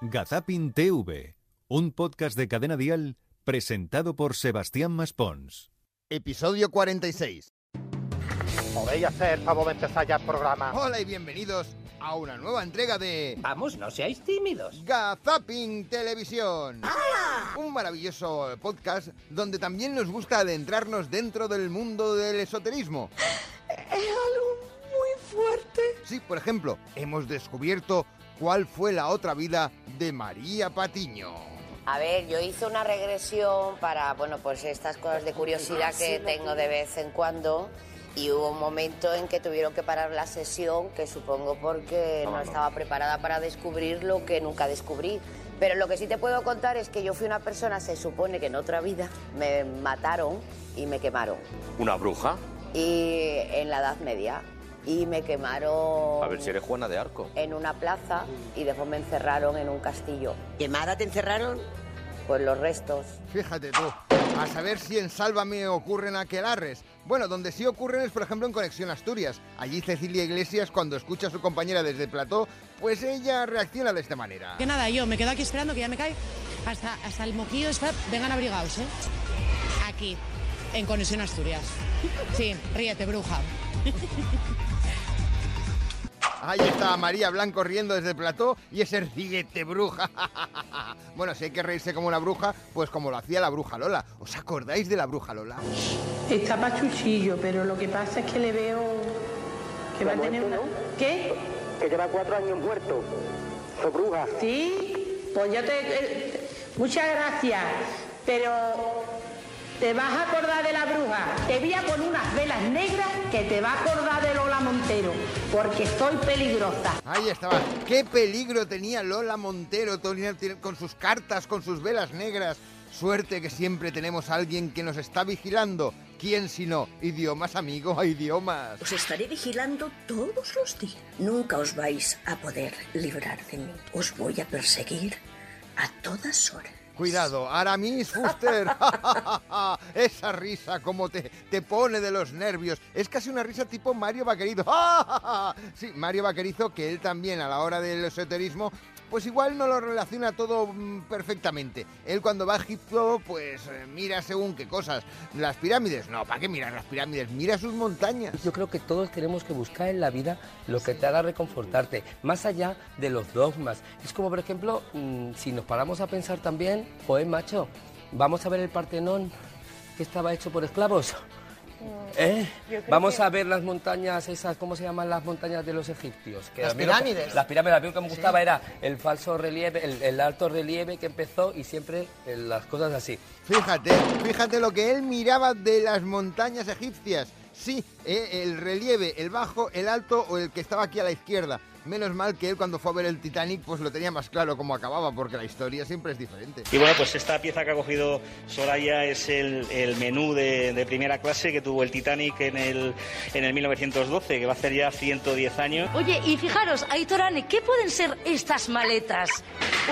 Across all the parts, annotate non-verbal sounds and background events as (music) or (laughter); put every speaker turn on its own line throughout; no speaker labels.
Gazapin TV, un podcast de cadena dial presentado por Sebastián Maspons.
Episodio 46.
Podéis hacer favor de empezar ya el programa.
Hola y bienvenidos a una nueva entrega de
Vamos, no seáis tímidos.
Gazapin Televisión. Un maravilloso podcast donde también nos gusta adentrarnos dentro del mundo del esoterismo.
(gasps) Es algo muy fuerte.
Sí, por ejemplo, hemos descubierto cuál fue la otra vida de María Patiño.
A ver, yo hice una regresión para, bueno, pues estas cosas de curiosidad que tengo de vez en cuando. Y hubo un momento en que tuvieron que parar la sesión, que supongo porque no estaba preparada para descubrir lo que nunca descubrí. Pero lo que sí te puedo contar es que yo fui una persona, se supone que en otra vida me mataron y me quemaron.
Una bruja.
Y en la Edad Media. Y me quemaron
A ver si eres Juana de Arco.
en una plaza y después me encerraron en un castillo.
¿Quemada te encerraron?
Pues los restos.
Fíjate tú. A saber si en Sálvame ocurren aquelarres. Bueno, donde sí ocurren es, por ejemplo, en Conexión Asturias. Allí Cecilia Iglesias, cuando escucha a su compañera desde el plató, pues ella reacciona de esta manera.
Que nada, yo me quedo aquí esperando que ya me cae hasta, hasta el moquillo. está- Vengan abrigados, ¿eh? Aquí, en Conexión Asturias. Sí, ríete, bruja.
Ahí está María Blanco riendo desde el plató y ese riguete bruja. (laughs) bueno, si hay que reírse como una bruja, pues como lo hacía la bruja Lola. ¿Os acordáis de la bruja Lola?
Está pachuchillo, pero lo que pasa es que le veo que va a tener una... ¿Qué?
Que lleva cuatro años muerto. Soy bruja.
Sí, pues yo te... eh, Muchas gracias, pero te vas a acordar de la bruja. Te voy a poner unas velas negras que te va a acordar de Lola Montero, porque soy peligrosa.
Ahí estaba. ¿Qué peligro tenía Lola Montero tenía- tiene- con sus cartas, con sus velas negras? Suerte que siempre tenemos a alguien que nos está vigilando. ¿Quién si no? Idiomas, amigo, a idiomas.
Os estaré vigilando todos los días. Nunca os vais a poder librar de mí. Os voy a perseguir a todas horas.
Cuidado, Aramis Fuster. (laughs) Esa risa como te, te pone de los nervios. Es casi una risa tipo Mario Vaquerizo. (laughs) sí, Mario Vaquerizo, que él también a la hora del esoterismo, pues igual no lo relaciona todo mm, perfectamente. Él cuando va a Egipto, pues eh, mira según qué cosas. Las pirámides, no, ¿para qué mirar las pirámides? Mira sus montañas.
Yo creo que todos tenemos que buscar en la vida lo que te hará reconfortarte, más allá de los dogmas. Es como, por ejemplo, mm, si nos paramos a pensar también, pues macho, vamos a ver el Partenón que estaba hecho por esclavos. ¿Eh? Vamos a ver las montañas esas, ¿cómo se llaman las montañas de los egipcios? Que
Las
a mí lo que-
pirámides.
las pirámides, a mí lo que me gustaba era el falso relieve, el, el alto relieve que empezó y siempre eh, las cosas así.
Fíjate, fíjate lo que él miraba de las montañas egipcias. Sí, eh, el relieve, el bajo, el alto o el que estaba aquí a la izquierda. Menos mal que él cuando fue a ver el Titanic pues lo tenía más claro cómo acababa porque la historia siempre es diferente.
Y bueno, pues esta pieza que ha cogido Soraya es el, el menú de, de primera clase que tuvo el Titanic en el, en el 1912, que va a hacer ya 110 años.
Oye, y fijaros, Aitorane, ¿qué pueden ser estas maletas?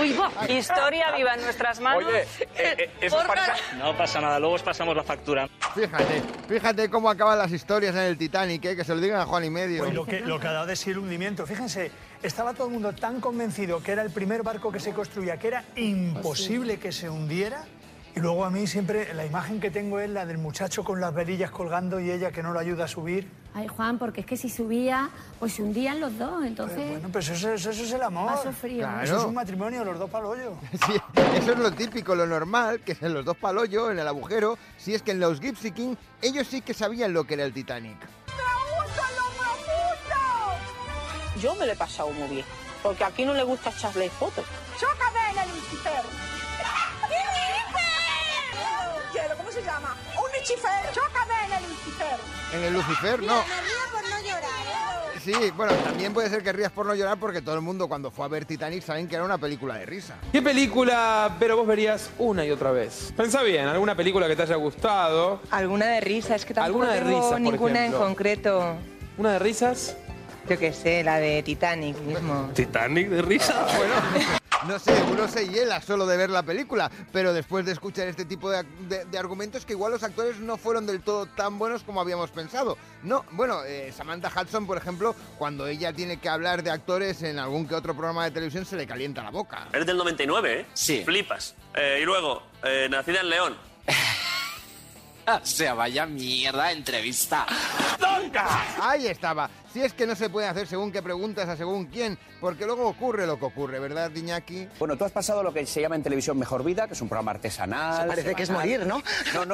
Uy, Historia viva en nuestras manos. Oye,
eh,
No pasa nada, luego os pasamos la factura.
Fíjate, fíjate cómo acaban las historias en el Titanic, eh, que se lo digan a Juan y
Pues
medio.
Pues lo que, lo que ha dado de sí el hundimiento. Fíjense, estaba todo el mundo tan convencido que era el primer barco que se construía, que
Ah,
era imposible que se hundiera. Y luego a mí siempre la imagen que tengo es la del muchacho con las verillas colgando y ella que no lo ayuda a subir.
Ay, Juan, porque es que si subía, pues se hundían los dos,
Pues
entonces.
bueno, pues eso, eso- eso es el amor.
Vaso frío.
Claro.
Eso es un matrimonio, los dos para el hoyo.
(laughs) Sí, eso es lo típico, lo normal, que en los dos palollos, en el agujero, si es que en los Gypsy King ellos sí que sabían lo que era el Titanic.
Yo me lo he pasado muy bien, porque aquí no le gusta echarle fotos.
¡Chócame en el lucifer! ¿Cómo se llama? ¡Un lucifer! ¡Chócame en el lucifer!
En el Lucifer, no.
por no llorar.
Sí, bueno, también puede ser que rías por no llorar porque todo el mundo cuando fue a ver Titanic saben que era una película de risa.
¿Qué película pero vos verías una y otra vez? Pensá bien, alguna película que te haya gustado.
Alguna de risa, es que
tampoco Alguna de tengo risa, por ninguna en ejemplo.
concreto.
¿Una de risas?
Yo qué sé, la de Titanic mismo.
Bueno, No sé, uno se hiela solo de ver la película, pero después de escuchar este tipo de, de- de argumentos que igual los actores no fueron del todo tan buenos como habíamos pensado. No, bueno, eh, Samantha Hudson, por ejemplo, cuando ella tiene que hablar de actores en algún que otro programa de televisión se le calienta la boca.
Eres del 99, ¿eh? Sí. Flipas. Eh, y luego, eh, nacida en
(laughs)
León.
O sea, vaya mierda de entrevista.
Ahí estaba. Si es que no se puede hacer según qué preguntas a según quién, porque luego ocurre lo que ocurre, ¿verdad, Iñaki?
Bueno, tú has pasado lo que se llama en televisión Mejor Vida, que es un programa artesanal.
Parece que es
semanal.
morir, ¿no? eh,
No,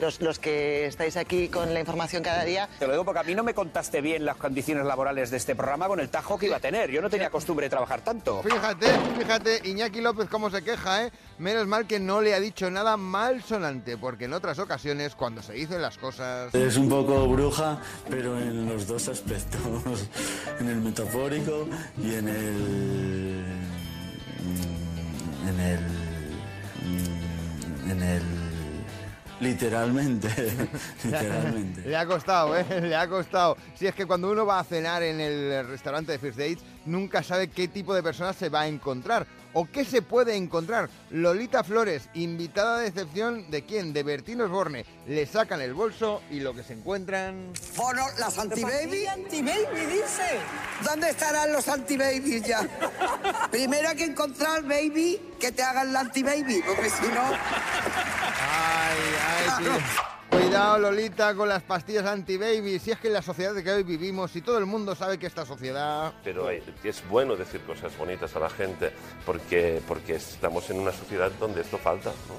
no.
los, los que estáis aquí con la información cada día.
Te lo digo porque a mí no me contaste bien las condiciones laborales de este programa con el tajo que iba a tener. Yo no tenía costumbre de trabajar tanto.
Fíjate, fíjate, Iñaki López cómo se queja, ¿eh? Menos mal que no le ha dicho nada mal sonante, porque en otras ocasiones, cuando se dicen las cosas...
Es un poco bruja, pero en los dos aspectos, en el metafórico y en el... mm, en el... mm, en el... literalmente, (laughs) literalmente.
Le ha costado, ¿eh? (laughs) Le ha costado. Si es que cuando uno va a cenar en el restaurante de First Dates, nunca sabe qué tipo de personas se va a encontrar. ¿O qué se puede encontrar? Lolita Flores, invitada de excepción, ¿de quién? De Bertín Osborne. Le sacan el bolso y lo que se encuentran...
Bueno, las anti-baby. anti-baby, dice. ¿Dónde estarán los anti-babies (laughs) ya? Primero hay que encontrar, baby, que te hagan la anti-baby, porque si no.
Ay, sí. Cuidado, Lolita, con las pastillas anti-baby. Si es que en la sociedad de que hoy vivimos, y todo el mundo sabe que esta sociedad...
Pero hay- es bueno decir cosas bonitas a la gente porque, porque estamos en una sociedad donde esto falta. ¿no?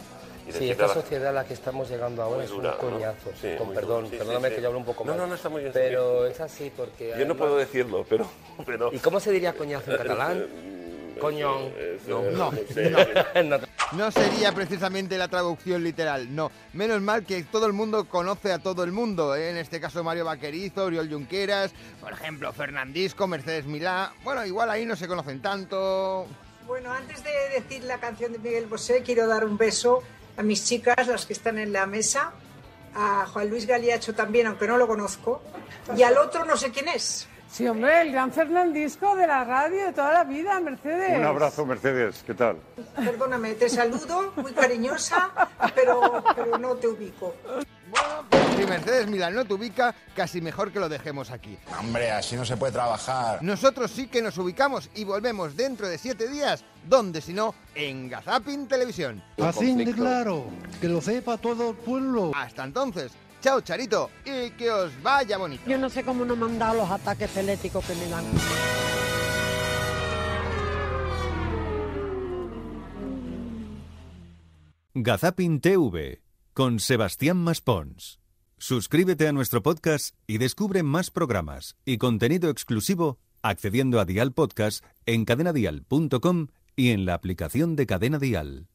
Y
Sí,
decirle
esta
a la-
sociedad a la que estamos llegando ahora
Muy
es
dura,
un
¿no?
coñazo.
Sí,
Con
muy
perdón,
dura, sí,
perdóname
sí,
que
sí.
yo hablo un poco
No,
mal.
no, no, está muy bien,
Pero es así porque...
Yo no
además-
puedo decirlo, pero... pero
¿Y cómo se diría
(laughs)
coñazo en catalán?
Eh,
Coñón. No.
No,
(laughs) No.
No sería precisamente la traducción literal, no. Menos mal que todo el mundo conoce a todo el mundo. ¿eh? En este caso, Mario Vaquerizo, Oriol Junqueras, por ejemplo, Fernandisco, Mercedes Milá. Bueno, igual ahí no se conocen tanto.
Bueno, antes de decir la canción de Miguel Bosé, quiero dar un beso a mis chicas, las que están en la mesa, a Juan Luis Galiacho también, aunque no lo conozco, y al otro no sé quién es.
Sí, hombre, el gran Fernandisco de la radio de toda la vida, Mercedes.
Un abrazo, Mercedes. ¿Qué tal?
Perdóname, te saludo, muy cariñosa, pero, pero no te ubico.
Si Mercedes Milá no te ubica, casi mejor que lo dejemos aquí.
Hombre, así no se puede trabajar.
Nosotros sí que nos ubicamos y volvemos dentro de siete días, donde si no, en Gazapin Televisión.
Así de claro, que lo sepa todo el pueblo.
Hasta entonces, chao Charito y que os vaya bonito.
Yo no sé cómo no me han dado los ataques eléctricos que me dan.
Gazapin TV con Sebastián Maspons. Suscríbete a nuestro podcast y descubre más programas y contenido exclusivo accediendo a Dial Podcast en cadenadial.com y en la aplicación de Cadena Dial.